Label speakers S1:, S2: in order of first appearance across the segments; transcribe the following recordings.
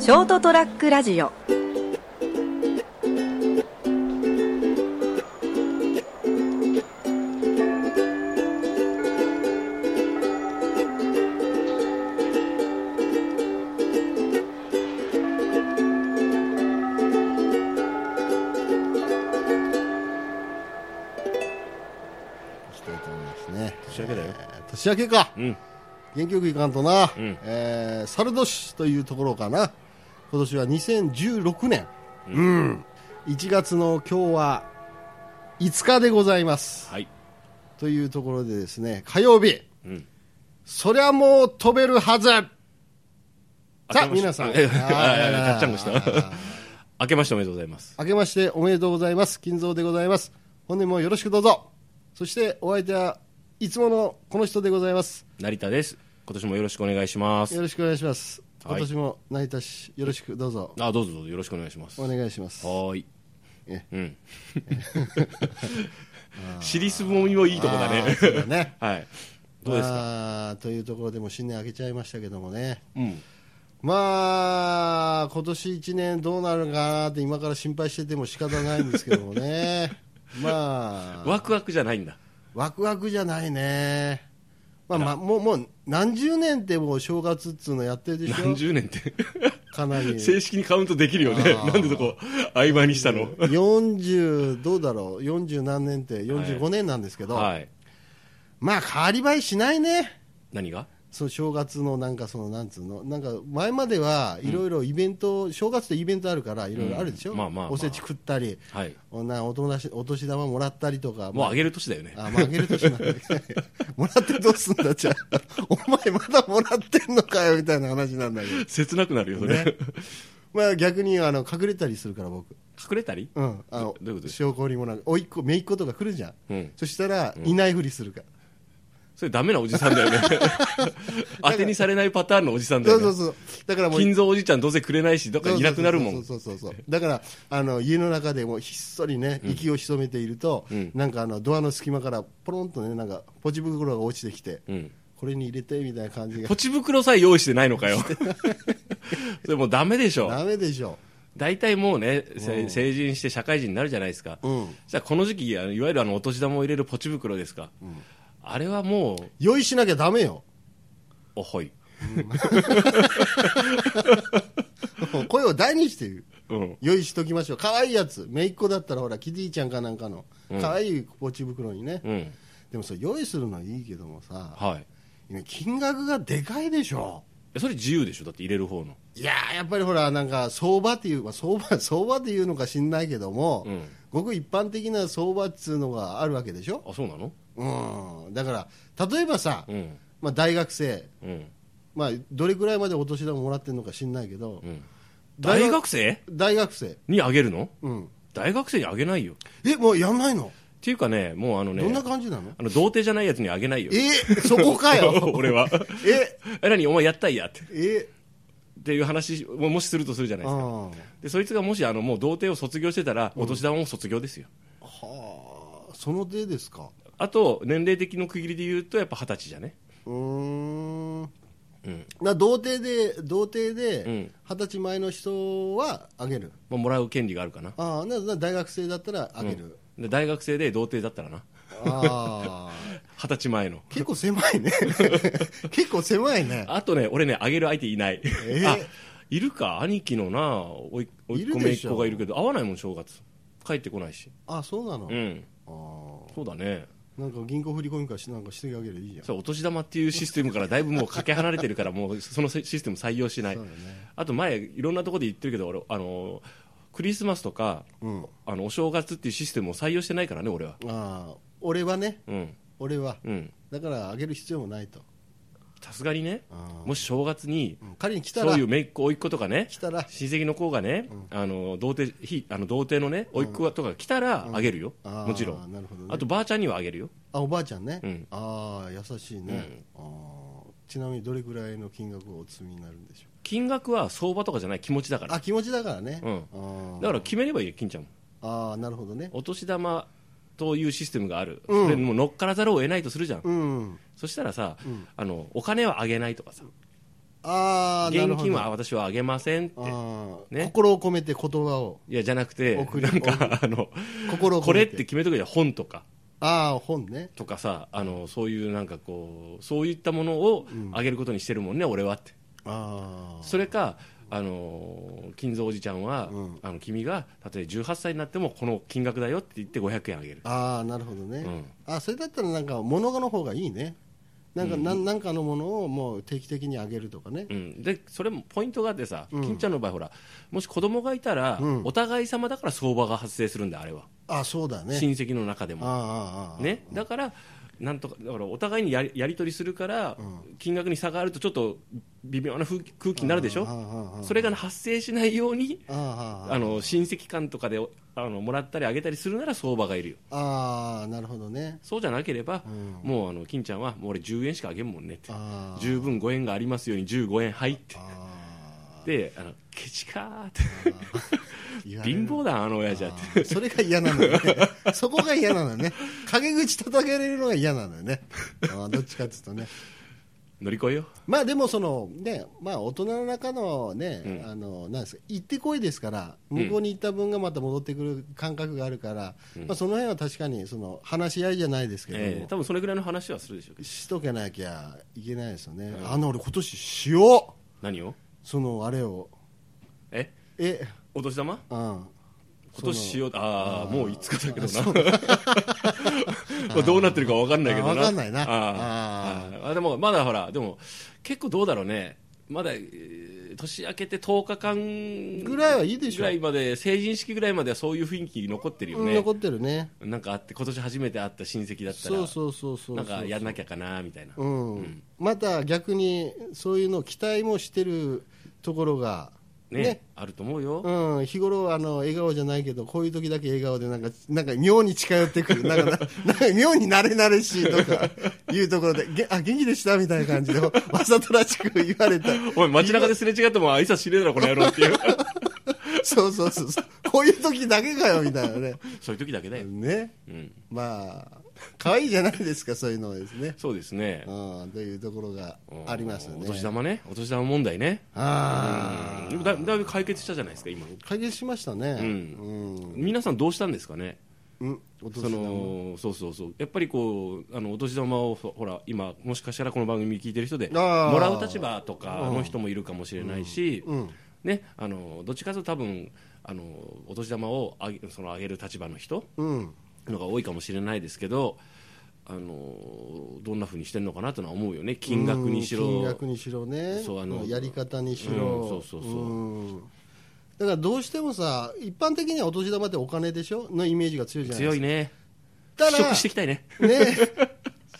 S1: ショートトラックラジオ
S2: 行きたいと思いますね
S3: 年明けだよ
S2: えー年明けか
S3: うん
S2: 元気よくいかんとな、
S3: うん
S2: えー、猿年というところかな今年は2016年うん、1月の今日は5日でございます
S3: はい
S2: というところでですね火曜日、
S3: うん
S2: そりゃもう飛べるはずさあ皆 さん
S3: あ
S2: あ
S3: ー
S2: ー
S3: たっちゃんこした 明けましておめでとうございます
S2: 明けましておめでとうございます金蔵でございます本年もよろしくどうぞそしてお相手はいつものこの人でございます
S3: 成田です今年もよろしくお願いします
S2: よろしくお願いします。
S3: はい
S2: 今年も成田市、よろしくどうぞ
S3: あどうぞどうぞよろしくお願いします
S2: お
S3: は
S2: 願いします。
S3: ーい
S2: え
S3: うん 尻すぼみもいいとこだ
S2: あー
S3: ね
S2: そうだね
S3: はい どうですか
S2: まあというところでもう新年明けちゃいましたけどもね、
S3: うん
S2: まあ、今年1年どうなるかなって今から心配してても仕方ないんですけども ね、まあ、
S3: ワクワクじゃないんだ
S2: ワクワクじゃないね。まあまあ、もうもう何十年ってもう正月っつうのやってるでし
S3: 何
S2: ょ
S3: 十年って
S2: かなり
S3: 正式にカウントできるよねなんでそこ曖昧にしたの
S2: 40どうだろう40何年って45年なんですけど、
S3: はい
S2: まあ変わり映えしないね、
S3: 何が
S2: その正月のなんかそのなんつうの、なんか前まではいろいろイベント、正月ってイベントあるから、いろいろあるでしょ、
S3: うんまあまあまあ
S2: おせち食ったり、
S3: はい
S2: おなお友達お年玉もらったりとか、
S3: もうあげ
S2: る
S3: る年だよね
S2: あ、まあ、あげる 年なんだけどもらってどうすんだ、じゃあ、お前まだもらってんのかよみたいな話なんだけど、
S3: 切なくなるよそれ
S2: ねまあ、逆にあの隠れたりするから、僕。
S3: 隠れたり
S2: うん、あの
S3: どどういうことです
S2: 証拠にもなんか、おいっ子、めいっ子とか来るじゃん、
S3: うん
S2: そしたら、いないふりするから、
S3: それダメなおじさんだ よね当てにされないパターンのおじさんだ
S2: そ
S3: よ
S2: うそう
S3: ね
S2: そう、だからもう
S3: 金蔵おじちゃんどうせくれないしどっかいなくなるも
S2: そうんそうそうそうそうだからあの家の中でもひっそりね息を潜めていると、
S3: うん
S2: なんかあのドアの隙間からポロンとねなんかポチ袋が落ちてきて、
S3: うん
S2: これに入れてみたいな感じが
S3: ポチ袋さえ用意してないのかよ それもうダメでしょ
S2: ダメでしょ
S3: 大体もうね、せ成人して社会人になるじゃないですか、
S2: うん
S3: じゃあこの時期あのいわゆるあのお年玉を入れるポチ袋ですか、あれはもう
S2: 用意しなきゃダメ よ
S3: おほい、
S2: 声を大にして言う
S3: うん、
S2: 用意しときましょう可愛いやつ姪っ子だったらほらキティちゃんかなんかの可愛いポチ袋にね、
S3: うん、
S2: でもそれ用意するのはいいけどもさ
S3: はい
S2: 今金額がでかいでしょ
S3: えそれ自由でしょだって入れる方の
S2: いやーやっぱりほらなんか相場っていう、まあ、相場 相場っていうのか知んないけども、
S3: うん
S2: ごく一般的な相場っつうのがあるわけでしょ、
S3: あそうなの
S2: うん、だから例えばさ、
S3: うん
S2: まあ、大学生、
S3: うん
S2: まあ、どれくらいまでお年玉もらってるのか知んないけど、
S3: うん
S2: 大
S3: 大
S2: 学
S3: 学生
S2: 大学生、
S3: にあげるの
S2: うん、
S3: 大学生にあげないよ
S2: えもうやんないの、
S3: っていうかねもうあのね
S2: どんな感じなの
S3: あの童貞じゃないやつにあげないよ
S2: えそこかよ
S3: 俺は
S2: え
S3: え何お前やったんやって
S2: え
S3: っていう話をもしするとするじゃないですか
S2: あ
S3: でそいつがもしあのもう童貞を卒業してたらお年玉も卒業ですよ、
S2: はあその手ですか
S3: あと年齢的の区切りで言うとやっぱ二十歳じゃね
S2: うーん
S3: うん
S2: な童貞で童貞
S3: う
S2: で
S3: ん
S2: 二十歳前の人はあげる、
S3: まあもらう権利があるかな
S2: ああなな大学生だったらあげる、
S3: で大学生で童貞だったらな
S2: ああ
S3: 二十歳前の
S2: 結構狭い ね結構狭いね
S3: あとね俺ねあげる相手いない、
S2: え
S3: あいるか兄貴のなおいおいっ
S2: い
S3: 子
S2: る
S3: めい
S2: で
S3: っ
S2: しょ
S3: 子がいるけど会わないもん正月帰ってこないし
S2: あそうなの、
S3: うん
S2: あ
S3: そうだね
S2: あなんか銀行振り込みかしなんかしてあげるいいじゃん
S3: そうお年玉っていうシステムからだいぶもうかけ離れてるからもうそのシステム採用しない、
S2: そうだね
S3: あと前いろんなところで言ってるけど俺あのクリスマスとか
S2: うん
S3: あのお正月っていうシステムを採用してないからね俺は
S2: ああ俺はね
S3: うん
S2: 俺は
S3: うん
S2: だからあげる必要もないと
S3: さすがにね
S2: あ
S3: もし正月に
S2: うん仮に来た
S3: そ
S2: ら
S3: ういう姪っ子甥っ子とかね
S2: 来たら
S3: 親戚の子がね、あの童貞ひあの童貞のね甥っ子がとか来たらあげるよ、
S2: ああ
S3: もちろん、
S2: なるほど、ね、
S3: あとばあちゃんにはあげるよ
S2: あおばあちゃんね、
S3: うん
S2: ああ優しいね、あーちなみにどれぐらいの金額をお積みになるんでしょ
S3: 金額は相場とかじゃない気持ちだか
S2: うあ
S3: ら
S2: 気持ちだからね、
S3: うん
S2: あー
S3: だから決めればいいよ金ちゃんも
S2: あーなるほどね
S3: お年玉というシステムがある、
S2: うん
S3: それにもう乗っからざるを得ないとするじゃん、
S2: うん
S3: そしたらさ、あのお金はあげないとかさ
S2: ああなる
S3: 現
S2: ほど
S3: 金は私はあげませんって
S2: あー
S3: ね
S2: 心を込めて言葉を
S3: いやじゃなくて
S2: 送り
S3: なんかあの
S2: 心を
S3: こ
S2: 込め
S3: れって決めとけじゃ本とか
S2: ああ本ね
S3: とかさあのそういうなんかこうそういったものをあげることにしてるもんね、俺はって
S2: あ
S3: それかあの金蔵おじちゃんは、
S2: うん
S3: あの君が例えば18歳になってもこの金額だよって言って500円あげる
S2: あああなるほどね、
S3: うん
S2: あそれだったらなんか物の方がいいねなんか、なんなんかのものをもう定期的にあげるとかね、
S3: うん、でそれもポイントがあってさ、
S2: うん
S3: 金ちゃんの場合ほらもし子供がいたら、
S2: うん
S3: お互い様だから相場が発生するんだあれは、
S2: あそうだね
S3: 親戚の中で
S2: あ
S3: も、
S2: あああああ
S3: ね、だからなんとかだからお互いにやりやり取りするから、金額に差があるとちょっと微妙な風空気になるでし
S2: ああ
S3: ょ
S2: ああ
S3: それが発生しないように
S2: あああ
S3: あの親戚間とかであのもらったりあげたりするなら相場がいるよ
S2: ああなるほどね
S3: そうじゃなければ、
S2: うん
S3: もうあの金ちゃんはもう俺10円しかあげんもんねって
S2: ああ
S3: 十分5円がありますように15円入って
S2: あ
S3: であのケチかーって
S2: あ言われる
S3: 貧乏だあの親じゃっ
S2: あーそれが嫌なのねそこが嫌なのね陰口叩かれるのが嫌なのよねあーどっちかっていうとね
S3: 乗り越えよ
S2: まあでもそのねまあ大人の中のね、
S3: うん
S2: あのなんですか行ってこいですから向こうに行った分がまた戻ってくる感覚があるから、まあその辺は確かにその話し合いじゃないですけども、
S3: ええ多分それぐらいの話はするでしょうけど
S2: しとけなきゃいけないですよね、あの俺今年しよう
S3: 何を
S2: そのあれを
S3: え
S2: え
S3: お年玉
S2: うん
S3: 今年しようああもう5日だけど なこれどうなってるか分かんないけどな
S2: あ分かんないな
S3: ああああでもまだほらでも結構どうだろうねまだ、えー年明けて10日間
S2: ぐらいはいいでしょ
S3: ぐらいまで成人式ぐらいまではそういう雰囲気残ってるよ
S2: うん
S3: ね
S2: 残ってるね
S3: なんかあって今年初めて会った親戚だったら
S2: そうそうそうそう
S3: なんかやんなきゃかなみたいな
S2: うんまた逆にそういうのを期待もしてるところが
S3: ね
S2: ね
S3: あると思うよ、
S2: うん、日頃あの笑顔じゃないけどこういう時だけ笑顔でなんかなんか妙に近寄ってくるなん かななんか妙に慣れ慣れしいとかいうところでげあ元気でしたみたいな感じでわざとらしく言われた
S3: おい街中ですれ違っても挨拶しねえだろこの野郎っていう
S2: そうそうそうそうこういう時だけかよみたいなね
S3: そういう時だけだよ、
S2: ね
S3: うん、
S2: まあ可愛いじゃないですかそういうのはですね、
S3: そうですね
S2: うん、というところがありますよ
S3: お
S2: ね
S3: 年玉ねお年玉問題ね
S2: ああ
S3: でもだだいぶ解決したじゃないですか今
S2: 解決しましたね、うん
S3: 皆さんどうしたんですかね
S2: うん、お年
S3: そ
S2: 玉
S3: のそうそうそうやっぱりこうあのお年玉をほほら今もしかしたらこの番組聞いてる人でも
S2: あー
S3: らう立場とかの人もいるかもしれないし、
S2: うん
S3: ね、あのどっちかというと多分あのお年玉をあげそのあげる立場の人
S2: うん
S3: のが多いかもしれないですけどあのどんなふうにしてるのかなというのは思うよね金額にしろ、
S2: うん金額にしろね
S3: そうあの
S2: やり方にしろ、
S3: うんそうそうそう
S2: うんだからどうしてもさ一般的にはお年玉ってお金でしょのイメージが強いじゃないで
S3: 強い
S2: すか
S3: ね
S2: た
S3: 払
S2: だ
S3: 拭していきたいね、
S2: ね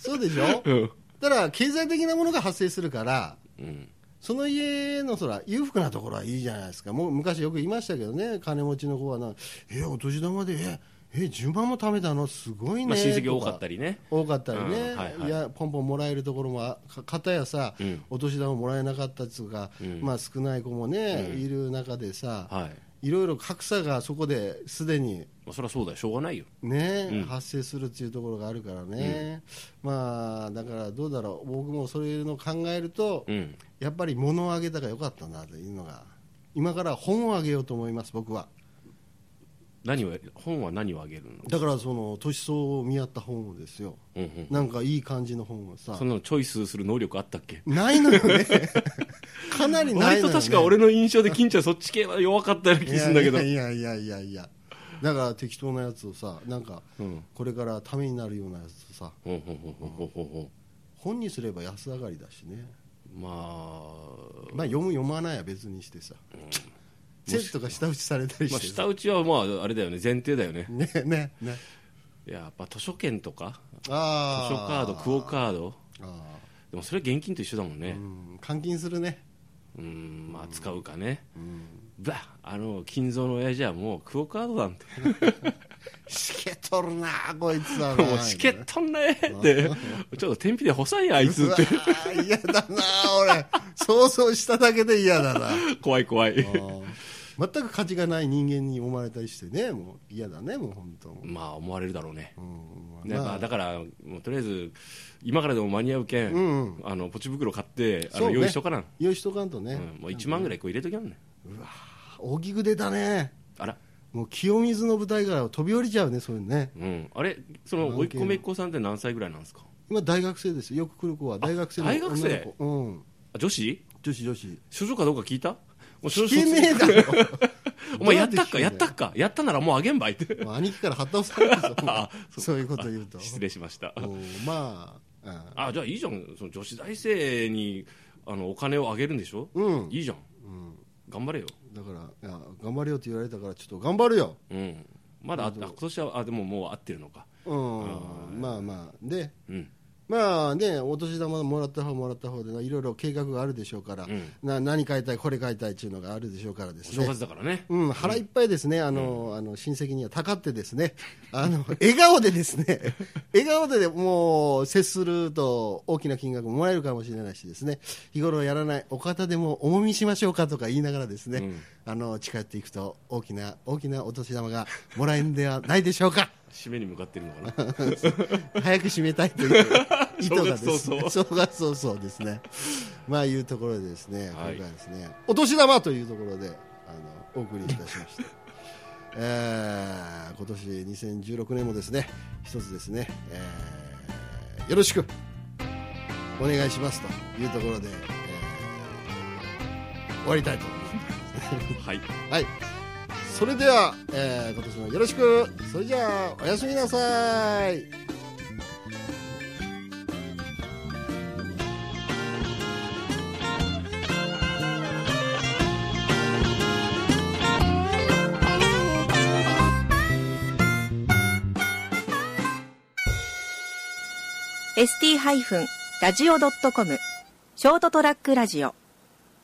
S2: そうでしょ
S3: うん
S2: ただ経済的なものが発生するから
S3: うん、
S2: その家のそら裕福なところはいいじゃないですかもう昔よく言いましたけどね金持ちの子はなえお年玉でええ10万も貯めたのすごいね、
S3: まあ、親戚
S2: と
S3: 多かったりね
S2: 多かったりね、
S3: うんはい
S2: い
S3: はい
S2: やポンポンもらえるところもあか片やさ、
S3: うん
S2: お年玉もらえなかったとか、
S3: うん
S2: まあ、少ない子もね、いる中でさ、
S3: はい、ま
S2: いろいろ格差がそこですでに、
S3: あ、そりゃそうだよしょうがないよ
S2: ね
S3: うん
S2: 発生するっていうところがあるからね、まあだからどうだろう僕もそういうのを考えると、
S3: うん
S2: やっぱり物をあげたがよかったなというのが今から本をあげようと思います僕は
S3: 何を本は何をあげるの、
S2: だからその年相応見合った本をですよ
S3: うんうん、
S2: なんかいい感じの本をさ
S3: そんなのチョイスする能力あったっけ
S2: ないのよね かなりない
S3: 割
S2: のよ、ね、
S3: と確か俺の印象で金ちゃんそっち系は弱かったような気がするんだけど
S2: いやいやいやいやいやだから適当なやつをさなんか
S3: うん
S2: これからためになるようなやつをさ
S3: ほんほんほんほんほんほんほん
S2: 本にすれば安上がりだしね
S3: ま
S2: まあ読む読まないは別にしてさチェッとか舌打ちされたり
S3: あ、まあ、
S2: して
S3: 下
S2: さ
S3: 打ちはまああれだよね前提だよね
S2: ねねね
S3: いややっぱ図書券とか図
S2: ああ
S3: 書カードクオカード
S2: あ
S3: でもそれ現金と一緒だもん
S2: ー
S3: ね
S2: うん換金するね
S3: うんまあ使うかねばあの金蔵の親父はもうクオカードなんて
S2: しけとるなこいつはな
S3: もうしけっとんね ってちょっと天日で細いあいつ
S2: う
S3: っ
S2: わ
S3: て
S2: ー嫌だな俺想像しただけで嫌だな
S3: 怖い怖い
S2: あー全く価値がない人間に思われたりしてねもう嫌だねもう本当
S3: まあ思われるだろうね、
S2: うん
S3: ねまあ、だからもうとりあえず今からでも間に合うけん、
S2: うん
S3: あのポチ袋買ってあ
S2: そ
S3: の、
S2: うね
S3: 用意しとかなん、
S2: 用意しとかんとね、
S3: うん、もう1万ぐらいこう入れときゃんね
S2: 荻生出たね
S3: あら
S2: もう清水の舞台から飛び降りちゃうねそういうのね
S3: うん、あれその
S2: なん
S3: 甥っ
S2: ていう
S3: 子
S2: の
S3: 姪っ子さんって何歳ぐらいなんですか
S2: 今大学生ですよよく来る子は大学生の
S3: 大学生
S2: 女の子うん
S3: あ女子
S2: 女子女子
S3: 少女かどうか聞いたもう少
S2: 聞
S3: 女
S2: けねえだろ
S3: お前やったっか
S2: どう
S3: や
S2: や
S3: っ
S2: って聞くんだよ
S3: たっかやったならもうあげんばいって
S2: もう兄貴から発達されるぞ
S3: あ
S2: そういうこと言うと
S3: 失礼しました
S2: うんまあ
S3: あじゃあいいじゃんその女子大生にあのお金をあげるんでしょ、
S2: うん、うん
S3: いいじゃん
S2: うん
S3: 頑張れよ
S2: だからいや頑張れよって言われたからちょっと頑張るよ
S3: うんまだああ今年はあでももう合ってるのか
S2: うんまあまあで
S3: うん
S2: まあねお年玉もらった方もらった方でないろいろ計画があるでしょうから、
S3: うん
S2: な何買いたいこれ買いたいっていうのがあるでしょうからで
S3: お
S2: す
S3: 正
S2: ね
S3: 月だからね
S2: うん、腹いっぱいですね、あの、あの親戚にはたかってですね、あの、笑顔でですね、笑顔でもう接すると大きな金額もらえるかもしれないしですね、日頃やらないお方でもおもみしましょうかとか言いながらですね、
S3: うん
S2: あの、近寄っていくと大きな、大きなお年玉がもらえるんではないでしょうか。
S3: 締めに向かってるの かな
S2: 早く締めたいという 意図がですね
S3: 正月
S2: 正月早々ですねまあいうところでですね、
S3: はい
S2: 今回はですねお年玉というところであのお送りいたしました えー今年2016年もですね一つですね、えーよろしくお願いしますというところで、えー終わりたいと思います
S3: はい
S2: はい。それでは、えー今年もよろしく。それじゃあ、おやすみなさい。
S1: ST-radio.com ショートトラックラジオ